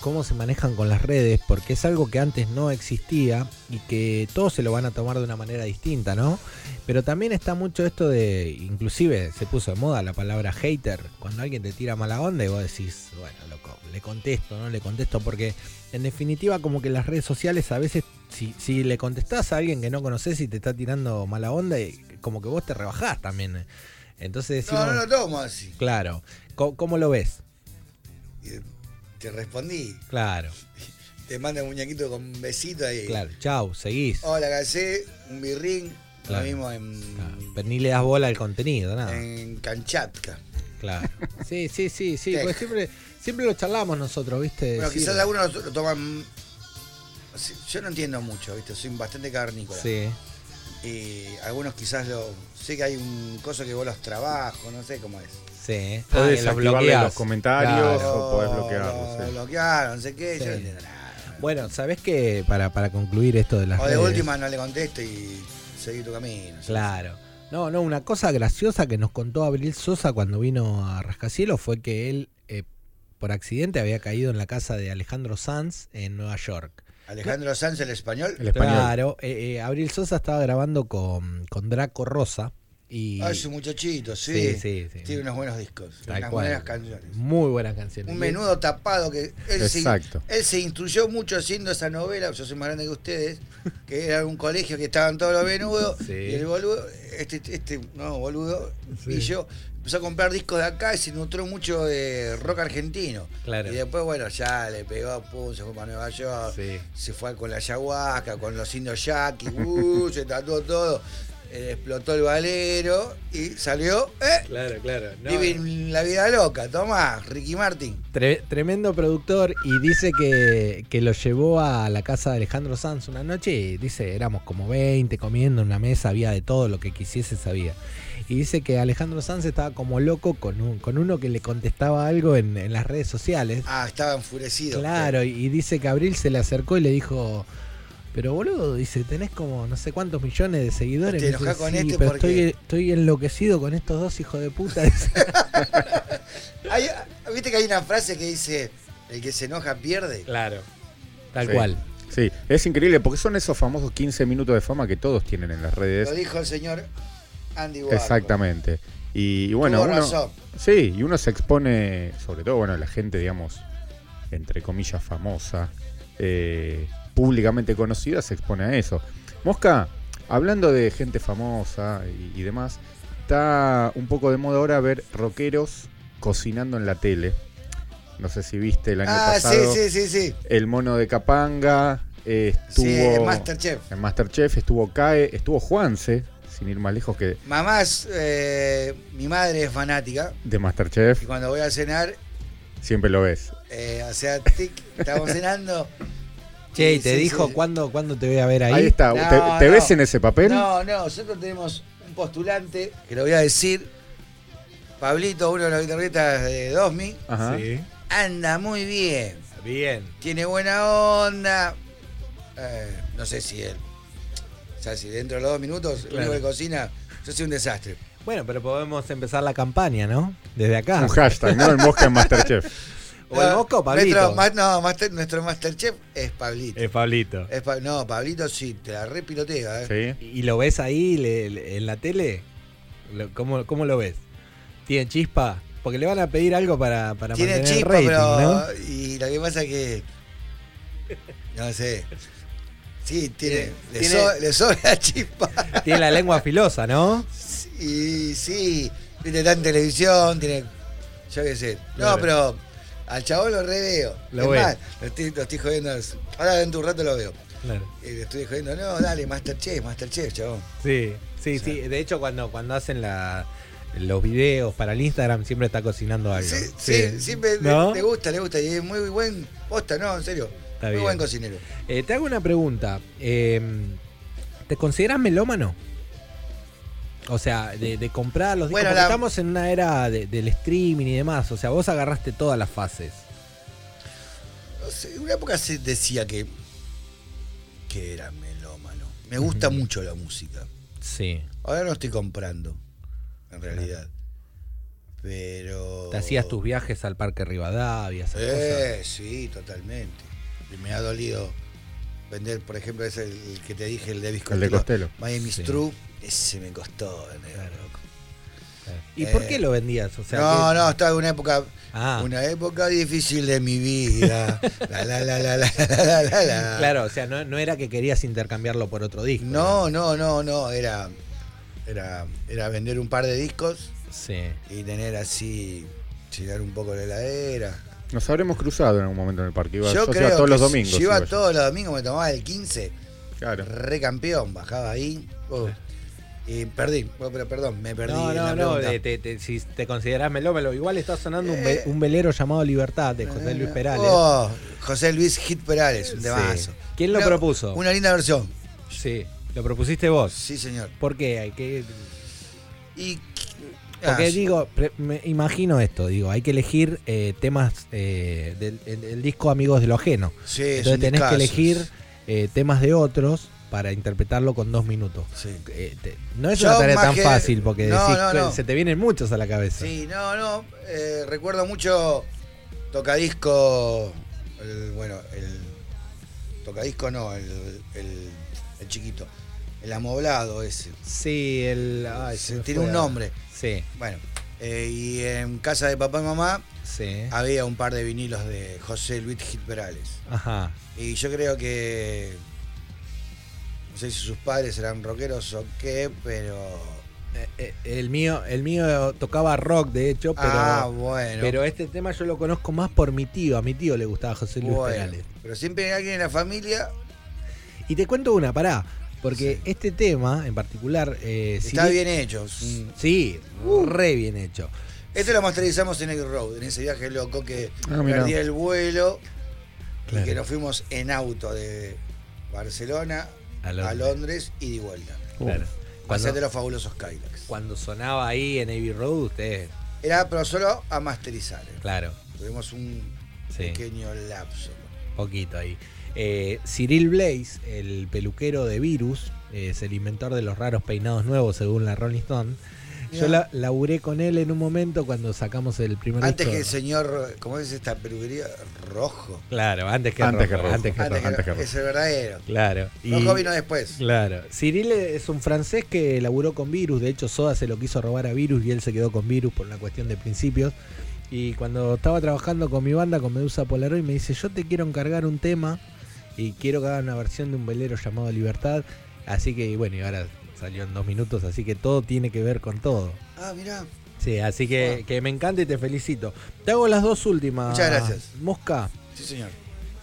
Speaker 3: cómo se manejan con las redes, porque es algo que antes no existía y que todos se lo van a tomar de una manera distinta, ¿no? Pero también está mucho esto de, inclusive se puso de moda la palabra hater, cuando alguien te tira mala onda y vos decís, bueno, loco, le contesto, no le contesto, porque en definitiva como que las redes sociales a veces, si, si le contestás a alguien que no conoces y te está tirando mala onda, y como que vos te rebajás también. eh. Entonces decimos,
Speaker 2: No, no lo tomo así.
Speaker 3: claro, ¿cómo, cómo lo ves?
Speaker 2: Y te respondí.
Speaker 3: Claro,
Speaker 2: Te manda un muñequito con un besito ahí.
Speaker 3: claro, chau, seguís.
Speaker 2: Hola, Gacé, un birrín.
Speaker 3: Claro.
Speaker 2: Lo mismo en,
Speaker 3: Claro, Pero ni le das bola al contenido, nada.
Speaker 2: en Kanchatka.
Speaker 3: Claro. *laughs* Sí, sí, sí, sí.
Speaker 2: Tej.
Speaker 3: Porque siempre, siempre lo charlamos nosotros, ¿viste?
Speaker 2: Bueno,
Speaker 3: Sí,
Speaker 2: quizás algunos lo, lo toman. sí, Yo no entiendo mucho, ¿viste? Soy bastante carnícola.
Speaker 3: Sí,
Speaker 2: Y algunos quizás lo. Sé que hay un coso que vos los trabajo, no sé cómo es.
Speaker 3: sí. Ah,
Speaker 1: Podés
Speaker 3: que los
Speaker 1: activarle
Speaker 3: bloqueás.
Speaker 1: los comentarios
Speaker 3: Claro.
Speaker 1: o podés
Speaker 2: Lo-
Speaker 1: bloquearlos.
Speaker 2: lo
Speaker 1: sí.
Speaker 2: bloquearon, no sé qué,
Speaker 3: Sí.
Speaker 2: yo no entiendo nada.
Speaker 3: Bueno, ¿sabés qué? Para, para concluir esto de las
Speaker 2: o de
Speaker 3: redes.
Speaker 2: última no le contesto y seguí tu camino.
Speaker 3: Claro. No, no, una cosa graciosa que nos contó Abril Sosa cuando vino a Rascacielos fue que él, eh, por accidente, había caído en la casa de Alejandro Sanz en Nueva York.
Speaker 2: Alejandro Sanz, el español.
Speaker 1: El español.
Speaker 3: Claro, eh, eh, Abril Sosa estaba grabando con, con Draco Rosa y
Speaker 2: Ah, es un muchachito, sí.
Speaker 3: Sí, sí, sí.
Speaker 2: Tiene unos buenos discos,
Speaker 3: Tal
Speaker 2: unas
Speaker 3: cual.
Speaker 2: buenas canciones.
Speaker 3: muy buenas canciones.
Speaker 2: Un
Speaker 3: Y-
Speaker 2: menudo tapado que él se,
Speaker 1: Exacto.
Speaker 2: él se instruyó mucho haciendo esa novela, yo soy más grande que ustedes, que era un colegio que estaban todos los menudos,
Speaker 3: *laughs* Sí.
Speaker 2: y el boludo, este, este no, boludo,
Speaker 3: Sí.
Speaker 2: y yo empezó a comprar discos de acá y se nutró mucho de rock argentino.
Speaker 3: Claro.
Speaker 2: Y después, bueno, ya le pegó, pum, se fue para Nueva York,
Speaker 3: Sí.
Speaker 2: se fue con la ayahuasca, con los indios
Speaker 3: *laughs*
Speaker 2: yaquis, uh, se tatuó todo, eh, explotó el valero y salió, eh,
Speaker 3: Claro, claro. No, eh.
Speaker 2: Viven la vida loca, toma, Ricky Martin.
Speaker 3: Tre- tremendo productor y dice que, que lo llevó a la casa de Alejandro Sanz una noche y dice, éramos como 20 comiendo en una mesa, había de todo lo que quisiese, sabía. Y dice que Alejandro Sanz estaba como loco con, un- con uno que le contestaba algo en, en las redes sociales.
Speaker 2: Ah, estaba enfurecido.
Speaker 3: Claro, y, y dice que Abril se le acercó y le dijo... Pero boludo, dice, tenés como no sé cuántos millones de seguidores.
Speaker 2: Te
Speaker 3: Me dice,
Speaker 2: enojás con
Speaker 3: "Sí,
Speaker 2: este
Speaker 3: pero
Speaker 2: porque-
Speaker 3: estoy, estoy enloquecido con estos dos hijos de puta. dice.
Speaker 2: Hay- Viste que hay una frase que dice, el que se enoja pierde.
Speaker 3: *laughs* claro. Tal
Speaker 1: Sí.
Speaker 3: cual.
Speaker 1: Sí, es increíble porque son esos famosos 15 minutos de fama que todos tienen en las
Speaker 2: Lo
Speaker 1: redes.
Speaker 2: dijo el señor Andy Warhol.
Speaker 1: Exactamente. Y, y bueno,
Speaker 2: Tuvo
Speaker 1: uno,
Speaker 2: razón.
Speaker 1: sí, y uno se expone, sobre todo, bueno, la gente, digamos, entre comillas, famosa, eh, públicamente conocida, se expone a eso. Mosca, hablando de gente famosa y, y demás, está un poco de moda ahora ver rockeros cocinando en la tele. No sé si viste el año
Speaker 2: Ah,
Speaker 1: pasado.
Speaker 2: sí, sí, sí, sí.
Speaker 1: El mono de Capanga eh, estuvo.
Speaker 2: Sí, en Masterchef.
Speaker 1: En Masterchef estuvo CAE, estuvo Juanse, sin ir más lejos que
Speaker 2: Mamá es, eh, mi madre es fanática
Speaker 1: de
Speaker 2: y
Speaker 1: Masterchef,
Speaker 2: cuando voy a cenar,
Speaker 1: siempre lo ves.
Speaker 2: eh, o sea, tic, estamos
Speaker 3: *laughs*
Speaker 2: cenando.
Speaker 3: Che, ¿y
Speaker 2: Sí,
Speaker 3: te
Speaker 2: sí,
Speaker 3: dijo
Speaker 2: sí.
Speaker 3: cuándo, cuándo te voy a ver ahí?
Speaker 1: Ahí, está,
Speaker 2: No,
Speaker 1: ¿te, te
Speaker 2: no.
Speaker 1: ves en ese papel?
Speaker 2: No, no, nosotros tenemos un postulante que lo voy a decir. Pablito, uno de los guitarristas de Dosmi,
Speaker 1: Ajá.
Speaker 3: Sí.
Speaker 2: anda muy bien.
Speaker 3: Bien.
Speaker 2: Tiene buena onda. Eh, no sé si él. O sea, si dentro de los dos minutos, el único
Speaker 3: Claro.
Speaker 2: que cocina, yo soy un desastre.
Speaker 3: Bueno, pero podemos empezar la campaña, ¿no? Desde acá.
Speaker 1: Un hashtag, ¿no? El mosca en
Speaker 2: *laughs*
Speaker 1: Masterchef.
Speaker 3: O el Mosco o Pablito.
Speaker 2: Nuestro, ma- no, master- nuestro Masterchef es Pablito.
Speaker 3: Es Eh, Pablito.
Speaker 2: Es Pa- no, Pablito sí, te la repilotea. eh.
Speaker 1: Sí.
Speaker 3: ¿Y lo ves ahí le- le- en la tele? Lo- ¿Cómo, cómo lo ves? ¿Tiene chispa? Porque le van a pedir algo para, para
Speaker 2: Tiene
Speaker 3: mantener el
Speaker 2: chispa,
Speaker 3: rating,
Speaker 2: pero.
Speaker 3: ¿no?
Speaker 2: Y lo que pasa es que. No sé. Sí, tiene.
Speaker 3: Tiene-
Speaker 2: le,
Speaker 3: tiene-
Speaker 2: so- le sobra chispa.
Speaker 3: Tiene la lengua filosa, ¿no?
Speaker 2: Sí, Y sí, viste, está en televisión, tiene. Yo qué sé. No,
Speaker 3: Claro.
Speaker 2: pero al chabón lo reveo.
Speaker 3: Lo
Speaker 2: es
Speaker 3: ve.
Speaker 2: más, lo estoy, lo estoy jodiendo. Ahora dentro de un rato lo veo.
Speaker 3: Claro.
Speaker 2: Y le estoy jodiendo, no, dale, Masterchef, Masterchef, chabón.
Speaker 3: Sí, sí,
Speaker 2: O sea.
Speaker 3: sí. De hecho, cuando, cuando hacen la, los videos para el Instagram, siempre está cocinando algo.
Speaker 2: Sí, sí, siempre le-
Speaker 3: ¿No?
Speaker 2: le gusta, le gusta. Y es muy buen posta, no, en serio.
Speaker 3: Está
Speaker 2: muy
Speaker 3: bien.
Speaker 2: buen cocinero.
Speaker 3: Eh, te hago una pregunta. eh, ¿Te consideras melómano? O sea, de, de comprar los discos.
Speaker 2: Bueno,
Speaker 3: porque
Speaker 2: la-
Speaker 3: Estamos en una era de- del streaming y demás. O sea, vos agarraste todas las fases.
Speaker 2: No sé, en una época se decía que, que era melómano. Me gusta
Speaker 3: Ujú.
Speaker 2: mucho la música.
Speaker 3: Sí.
Speaker 2: Ahora no estoy comprando, en realidad. Pero.
Speaker 3: Te hacías tus viajes al Parque Rivadavia, esas cosas.
Speaker 2: Eh, sí, totalmente. Y me ha dolido vender, por ejemplo, ese el que te dije, el de Elvis
Speaker 1: El de Costello.
Speaker 2: Miami
Speaker 3: Sí.
Speaker 2: True. Ese me costó vender,
Speaker 3: Claro.
Speaker 2: loco.
Speaker 3: ¿Y
Speaker 2: eh.
Speaker 3: por qué lo vendías? O sea,
Speaker 2: no,
Speaker 3: ¿qué-
Speaker 2: no, estaba en una época.
Speaker 3: Ah.
Speaker 2: Una época difícil de mi vida.
Speaker 1: *laughs*
Speaker 2: la, la, la, la, la, la, la, la.
Speaker 3: Claro, o sea, no, no era que querías intercambiarlo por otro disco.
Speaker 2: No, no, no, no. Era, era, era vender un par de discos
Speaker 3: Sí.
Speaker 2: y tener así, llegar un poco a la heladera.
Speaker 1: Nos habremos cruzado en algún momento en el parque. Iba,
Speaker 2: yo
Speaker 1: yo
Speaker 2: creo
Speaker 1: iba todos
Speaker 2: que
Speaker 1: los
Speaker 2: si-
Speaker 1: domingos.
Speaker 2: Yo iba
Speaker 1: iba yo.
Speaker 2: todos los domingos, me tomaba el 15,
Speaker 1: Claro.
Speaker 2: re campeón, bajaba ahí. uh, y perdí, bueno, pero perdón, me perdí.
Speaker 3: No,
Speaker 2: en la
Speaker 3: no, no,
Speaker 2: pregunta.
Speaker 3: de- te- te- si te considerás melómelo, igual está sonando un, ve-
Speaker 2: Eh.
Speaker 3: un velero llamado Libertad de José Luis Perales.
Speaker 2: Oh, José Luis Hit Perales, un
Speaker 3: Sí.
Speaker 2: temazo.
Speaker 3: ¿Quién lo
Speaker 2: Una-
Speaker 3: propuso?
Speaker 2: Una linda versión.
Speaker 3: Sí, lo propusiste vos.
Speaker 2: Sí, señor.
Speaker 3: ¿Por qué? Hay que,
Speaker 2: Y,
Speaker 3: porque
Speaker 2: ah,
Speaker 3: digo, pre- me imagino esto, digo, hay que elegir eh, temas eh, del el- el disco Amigos de lo Ajeno.
Speaker 2: sí, es
Speaker 3: Entonces
Speaker 2: un
Speaker 3: tenés
Speaker 2: discazo.
Speaker 3: que elegir eh, temas de otros para interpretarlo con dos minutos.
Speaker 2: Sí.
Speaker 3: Eh, te- no es
Speaker 2: Yo
Speaker 3: una tarea
Speaker 2: más
Speaker 3: tan
Speaker 2: que-
Speaker 3: fácil porque
Speaker 2: No,
Speaker 3: decís
Speaker 2: no,
Speaker 3: que
Speaker 2: no.
Speaker 3: se te vienen muchos a la cabeza.
Speaker 2: Sí, no, no. eh, recuerdo mucho tocadisco. el- bueno, el. Tocadisco no, el, el, el chiquito. El amoblado ese.
Speaker 3: Sí, el. ay, se
Speaker 2: Se
Speaker 3: me
Speaker 2: tiene
Speaker 3: fue
Speaker 2: un
Speaker 3: ahora.
Speaker 2: nombre.
Speaker 3: Sí,
Speaker 2: Bueno, eh, y en casa de papá y mamá
Speaker 3: sí.
Speaker 2: había un par de vinilos de José Luis Gil Perales.
Speaker 3: Ajá.
Speaker 2: Y yo creo que. No sé si sus padres eran rockeros o qué, pero.
Speaker 3: Eh, eh, el mío, el mío tocaba rock, de hecho, pero,
Speaker 2: ah, bueno.
Speaker 3: pero este tema yo lo conozco más por mi tío. A mi tío le gustaba José Luis
Speaker 2: bueno,
Speaker 3: Perales.
Speaker 2: Pero siempre hay alguien en la familia
Speaker 3: Y te cuento una, pará, porque este tema en particular. eh, si
Speaker 2: Está
Speaker 3: bien-
Speaker 2: bien hecho. Mm.
Speaker 3: Sí, re bien hecho.
Speaker 2: Este lo masterizamos en el road, en ese viaje loco que
Speaker 1: Ah, mirá.
Speaker 2: perdí el vuelo y
Speaker 3: Claro.
Speaker 2: que nos fuimos en auto de Barcelona
Speaker 3: A
Speaker 2: a
Speaker 3: Londres.
Speaker 2: Londres, y de vuelta.
Speaker 3: Claro.
Speaker 2: Pasé
Speaker 3: Cuando,
Speaker 2: de los fabulosos Kylax.
Speaker 3: cuando sonaba ahí en Abbey Road, ustedes,
Speaker 2: Era pero solo a masterizar. eh.
Speaker 3: claro,
Speaker 2: Tuvimos un
Speaker 3: Sí.
Speaker 2: pequeño lapso.
Speaker 3: poquito ahí. Eh, Cyril Blaze, el peluquero de Virus, es el inventor de los raros peinados nuevos, según la Rolling Stone. Yo
Speaker 2: Mirá.
Speaker 3: la, laburé con él en un momento cuando sacamos el primer
Speaker 2: Antes
Speaker 3: disco.
Speaker 2: que el señor, ¿cómo es esta peluquería? Rojo.
Speaker 3: Claro, antes que
Speaker 1: Antes
Speaker 3: Rocco,
Speaker 1: que Rocco.
Speaker 3: antes que
Speaker 2: Antes
Speaker 3: Rocco.
Speaker 1: antes que
Speaker 2: que
Speaker 1: Rojo.
Speaker 2: es el verdadero.
Speaker 3: Claro. y-
Speaker 2: Rojo vino después.
Speaker 3: Claro. Cyril es un francés que laburó con Virus. De hecho, Soda se lo quiso robar a Virus y él se quedó con Virus por una cuestión de principios. Y cuando estaba trabajando con mi banda, con Medusa Polaroid, me dice: Yo te quiero encargar un tema y quiero que hagan una versión de un velero llamado Libertad. Así que, y bueno, y ahora salió en dos minutos. Así que todo tiene que ver con todo.
Speaker 2: Ah, mirá.
Speaker 3: Sí, así que, que me encanta y te felicito. Te hago las dos últimas.
Speaker 2: Muchas gracias.
Speaker 3: Mosca.
Speaker 2: Sí, señor.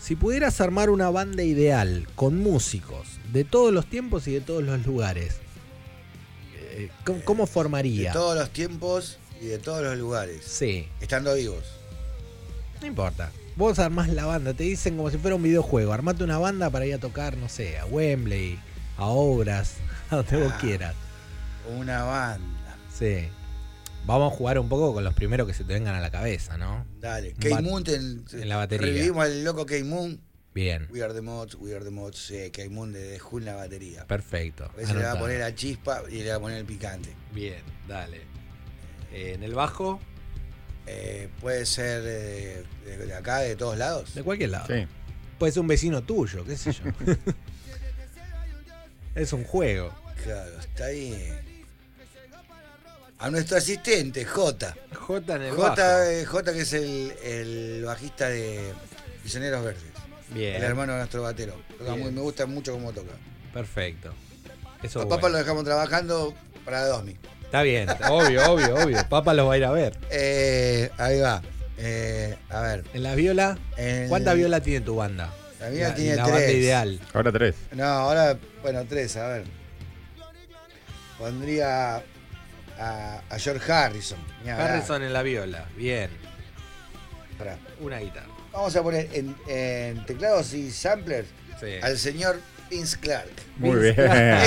Speaker 3: Si pudieras armar una banda ideal con músicos de todos los tiempos y de todos los lugares, eh, ¿cómo, cómo
Speaker 2: De
Speaker 3: formaría?
Speaker 2: todos los tiempos y de todos los lugares.
Speaker 3: Sí,
Speaker 2: Estando vivos.
Speaker 3: no importa. Vos armás la banda, te dicen como si fuera un videojuego, armate una banda para ir a tocar, no sé, a Wembley, a Obras, *laughs* a donde vos
Speaker 2: Ah.
Speaker 3: quieras.
Speaker 2: Una banda.
Speaker 3: Sí. Vamos a jugar un poco con los primeros que se te vengan a la cabeza, ¿no?
Speaker 2: Dale,
Speaker 3: Un
Speaker 2: Key
Speaker 3: bat-
Speaker 2: Moon en,
Speaker 3: en la batería.
Speaker 2: Revivimos al loco Key Moon.
Speaker 3: Bien,
Speaker 2: We are the mods, we are the mods. Sí, Key Moon le dejó en la batería.
Speaker 3: perfecto.
Speaker 2: A veces le va a
Speaker 3: Anotado.
Speaker 2: poner la chispa y le va a poner el picante.
Speaker 3: Bien, dale. Eh, en el bajo,
Speaker 2: Eh, puede ser eh, de, de acá, de todos lados.
Speaker 3: de cualquier lado.
Speaker 1: Sí.
Speaker 3: Puede ser un vecino tuyo,
Speaker 2: *laughs*
Speaker 3: qué sé yo. es un juego.
Speaker 2: Claro, está bien. A nuestro asistente, J.
Speaker 3: J en el
Speaker 2: J, eh, J que es el, el bajista de Misioneros Verdes.
Speaker 3: Bien.
Speaker 2: El hermano de nuestro batero. Toca
Speaker 3: Bien.
Speaker 2: muy- me gusta mucho cómo toca.
Speaker 3: Perfecto. Eso
Speaker 2: Los
Speaker 3: es
Speaker 2: papas lo
Speaker 3: bueno.
Speaker 2: dejamos trabajando para 2000.
Speaker 3: Está bien, obvio, obvio, obvio. Papa los va a ir a ver.
Speaker 2: Eh, ahí va. Eh, a ver.
Speaker 3: En las viola,
Speaker 2: en-
Speaker 3: ¿cuánta viola tiene tu banda?
Speaker 2: La mía tiene
Speaker 3: la banda
Speaker 2: tres.
Speaker 3: ideal.
Speaker 1: Ahora tres.
Speaker 2: No, ahora, bueno, tres, a ver. Pondría a, a George Harrison. Ni hablar.
Speaker 3: Harrison en la viola, bien.
Speaker 2: Pará.
Speaker 3: Una guitarra.
Speaker 2: Vamos a poner en, en teclados y samplers
Speaker 3: Sí. Ah,
Speaker 2: al señor Vince Clark.
Speaker 1: Muy bien.
Speaker 3: Vince.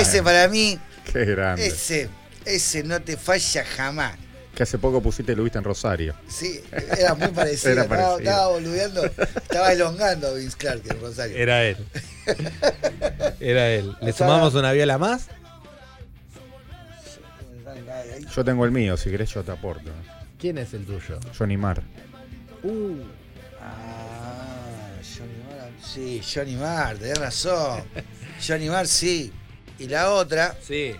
Speaker 2: *laughs* Ese para mí,
Speaker 1: Qué grande.
Speaker 2: ese, ese no te falla jamás.
Speaker 1: Que hace poco pusiste Luis en Rosario.
Speaker 2: Sí, era muy
Speaker 3: *laughs*
Speaker 2: parecido.
Speaker 1: Era
Speaker 2: estaba,
Speaker 1: parecido.
Speaker 2: estaba boludeando, estaba elongando a Vince Clark en Rosario. *laughs*
Speaker 3: Era él. Era él. ¿Le
Speaker 2: O sea-
Speaker 3: sumamos una viola más?
Speaker 1: Yo tengo el mío, si querés yo te aporto.
Speaker 3: ¿Quién es el tuyo?
Speaker 1: Johnny Marr.
Speaker 2: Uh. Ah, Johnny Marr. Sí, Johnny Marr, tenés
Speaker 3: *laughs*
Speaker 2: razón. Johnny Marr, sí. Y la otra,
Speaker 3: Sí.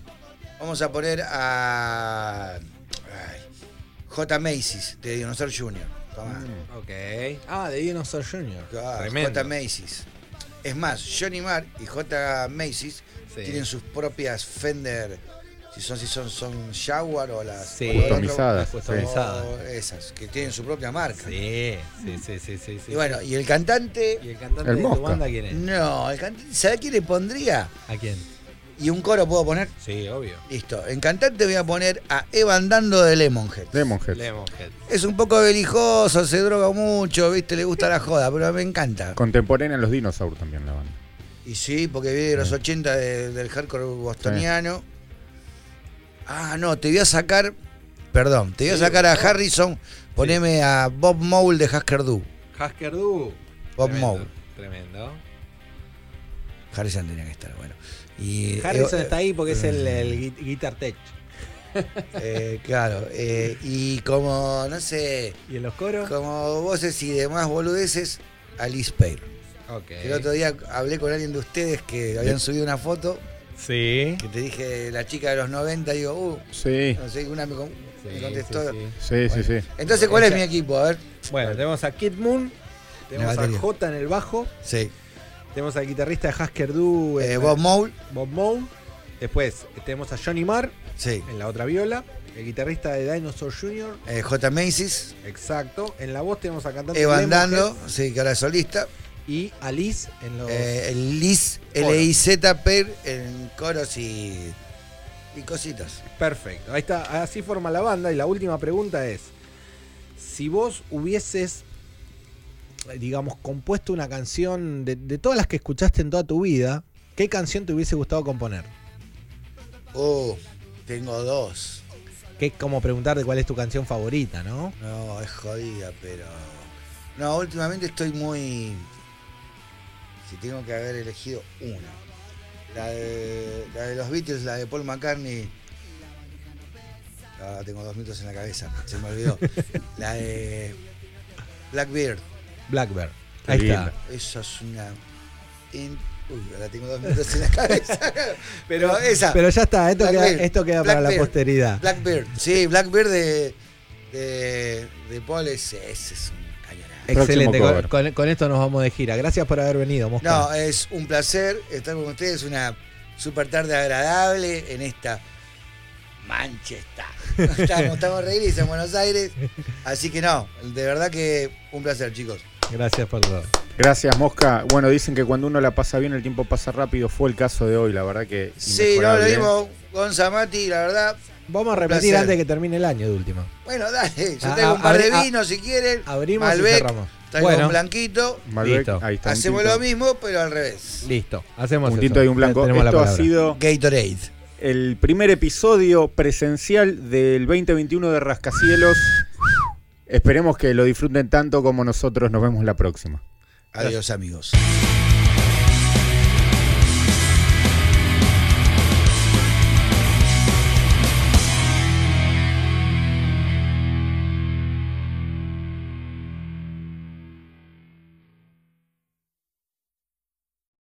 Speaker 2: vamos a poner a. ay, J. Macy's, de Dinosaur Jr. Tomá.
Speaker 3: Ok. Ah, de Dinosaur Jr.
Speaker 2: Claro,
Speaker 3: Mm. Tremendo.
Speaker 2: J. Macy's. Es más, Johnny Marr y J. Macy's
Speaker 3: Sí.
Speaker 2: tienen sus propias Fender. Si son, si son, son Jaguar o las
Speaker 3: Sí.
Speaker 2: o las otras-
Speaker 1: Customizadas.
Speaker 3: Customizadas.
Speaker 2: o esas, que tienen su propia marca.
Speaker 3: Sí, sí, sí, sí, sí, sí.
Speaker 2: Y bueno, y el cantante.
Speaker 3: ¿Y el cantante
Speaker 1: El
Speaker 3: de tu
Speaker 1: Mosca.
Speaker 3: banda quién es?
Speaker 2: No, el cantante, ¿sabés quién le pondría?
Speaker 3: ¿A quién?
Speaker 2: ¿Y un coro puedo poner?
Speaker 3: Sí, obvio.
Speaker 2: Listo. En cantante voy a poner a Evan Dando de Lemonhead.
Speaker 1: Lemonhead.
Speaker 3: Lemonhead.
Speaker 2: Es un poco belijoso, se droga mucho, viste, le gusta la joda, pero me encanta.
Speaker 1: Contemporánea a los dinosaurios también la banda.
Speaker 2: Y sí, porque viene de los 80 de- del hardcore bostoniano. Ah, no, te voy a sacar. Perdón, te voy a sacar a Harrison, poneme a Bob Mole de Hasker Du.
Speaker 3: Hasker Du.
Speaker 2: Bob
Speaker 3: Tremendo,
Speaker 2: Mould.
Speaker 3: Tremendo.
Speaker 2: Harrison tenía que estar, bueno. Y,
Speaker 3: Harrison
Speaker 2: eh,
Speaker 3: está ahí porque es el, el gui- guitar tech.
Speaker 2: eh, claro, eh, y como, no sé,
Speaker 3: ¿Y en los coros?
Speaker 2: como voces y demás boludeces, Alice Payne.
Speaker 3: Ok.
Speaker 2: El otro día hablé con alguien de ustedes que habían subido una foto,
Speaker 3: Sí.
Speaker 2: que te dije la chica de los 90, digo, uh,
Speaker 1: Sí,
Speaker 2: no sé, una me, con- me
Speaker 3: Sí,
Speaker 2: contestó.
Speaker 3: sí,
Speaker 1: sí, sí, sí.
Speaker 2: Entonces, ¿cuál es
Speaker 3: Ella-
Speaker 2: mi equipo? A ver.
Speaker 3: sí. Bueno, tenemos a Kid Moon. Tenemos a
Speaker 2: batería.
Speaker 3: J en el bajo.
Speaker 2: Sí.
Speaker 3: Tenemos al guitarrista de Hasker Du.
Speaker 2: Eh,
Speaker 3: en-
Speaker 2: Bob Mould.
Speaker 3: Bob Mould. Después tenemos a Johnny Marr
Speaker 2: Sí.
Speaker 3: en la otra viola. El guitarrista de Dinosaur Jr.
Speaker 2: Eh, J. Macy's.
Speaker 3: Exacto. En la voz tenemos a cantante
Speaker 2: Evan
Speaker 3: Lemonhead
Speaker 2: Dando. Sí, que ahora es solista.
Speaker 3: Y Alice en los.
Speaker 2: Eh, el Liz,
Speaker 3: Coro.
Speaker 2: L-I-Z, Per, en coros y, y cositas.
Speaker 3: Perfecto. Ahí está. Así forma la banda. Y la última pregunta es: si vos hubieses, eh, digamos, compuesto una canción de, de todas las que escuchaste en toda tu vida, ¿qué canción te hubiese gustado componer?
Speaker 2: Uh, tengo dos.
Speaker 3: Que es como preguntarte cuál es tu canción favorita, ¿no?
Speaker 2: No, es jodida, pero. No, últimamente estoy muy. Si tengo que haber elegido una. La de, la de los Beatles, la de Paul McCartney. Ahora tengo dos minutos en la cabeza, se me olvidó. la de Blackbeard.
Speaker 3: Blackbird.
Speaker 1: Qué
Speaker 3: Ahí está.
Speaker 1: linda.
Speaker 2: Esa es una. en- Uy, ahora tengo dos minutos en la cabeza. pero esa.
Speaker 3: Pero ya está. Esto queda,
Speaker 2: Blackbeard.
Speaker 3: esto queda para la
Speaker 2: Blackbeard.
Speaker 3: posteridad.
Speaker 2: Blackbeard. Sí, Blackbeard de. de, de Paul es, ese es un cañonazo.
Speaker 3: Excelente.
Speaker 1: Próximo cover.
Speaker 3: Con, con- con esto nos vamos de gira. Gracias por haber venido, Mosca.
Speaker 2: No, es un placer estar con ustedes, una super tarde agradable en esta
Speaker 3: *laughs*
Speaker 2: Manchester. Estamos, estamos de regreso en Buenos Aires, así que no, de verdad que un placer, chicos.
Speaker 3: Gracias por todo.
Speaker 1: Gracias, Mosca. Bueno, dicen que cuando uno la pasa bien, el tiempo pasa rápido. Fue el caso de hoy, la verdad que.
Speaker 2: Sí, no, lo
Speaker 3: ¿eh?
Speaker 1: inmejorable.
Speaker 2: vimos Gonza Mati, la verdad.
Speaker 3: Vamos a repetir
Speaker 2: placer.
Speaker 3: antes que termine el año de última.
Speaker 2: Bueno, dale, yo
Speaker 3: Ah,
Speaker 2: traigo un
Speaker 3: ah,
Speaker 2: par de
Speaker 3: abri- ah,
Speaker 2: vinos si quieren.
Speaker 3: Abrimos y
Speaker 2: Malbec,
Speaker 3: cerramos.
Speaker 2: traigo
Speaker 3: Bueno,
Speaker 2: un blanquito.
Speaker 1: Malbec,
Speaker 3: Listo.
Speaker 1: ahí está, un
Speaker 2: Hacemos
Speaker 1: tinto.
Speaker 2: lo mismo, pero al revés.
Speaker 3: listo. Hacemos
Speaker 1: Un
Speaker 3: eso.
Speaker 1: tinto y un blanco.
Speaker 3: Tenemos la
Speaker 1: Esto ha
Speaker 3: palabra.
Speaker 1: sido
Speaker 2: Gatorade.
Speaker 1: el primer episodio presencial del 2021 de Rascacielos. Esperemos que lo disfruten tanto como nosotros. Nos vemos la próxima.
Speaker 2: Adiós, amigos.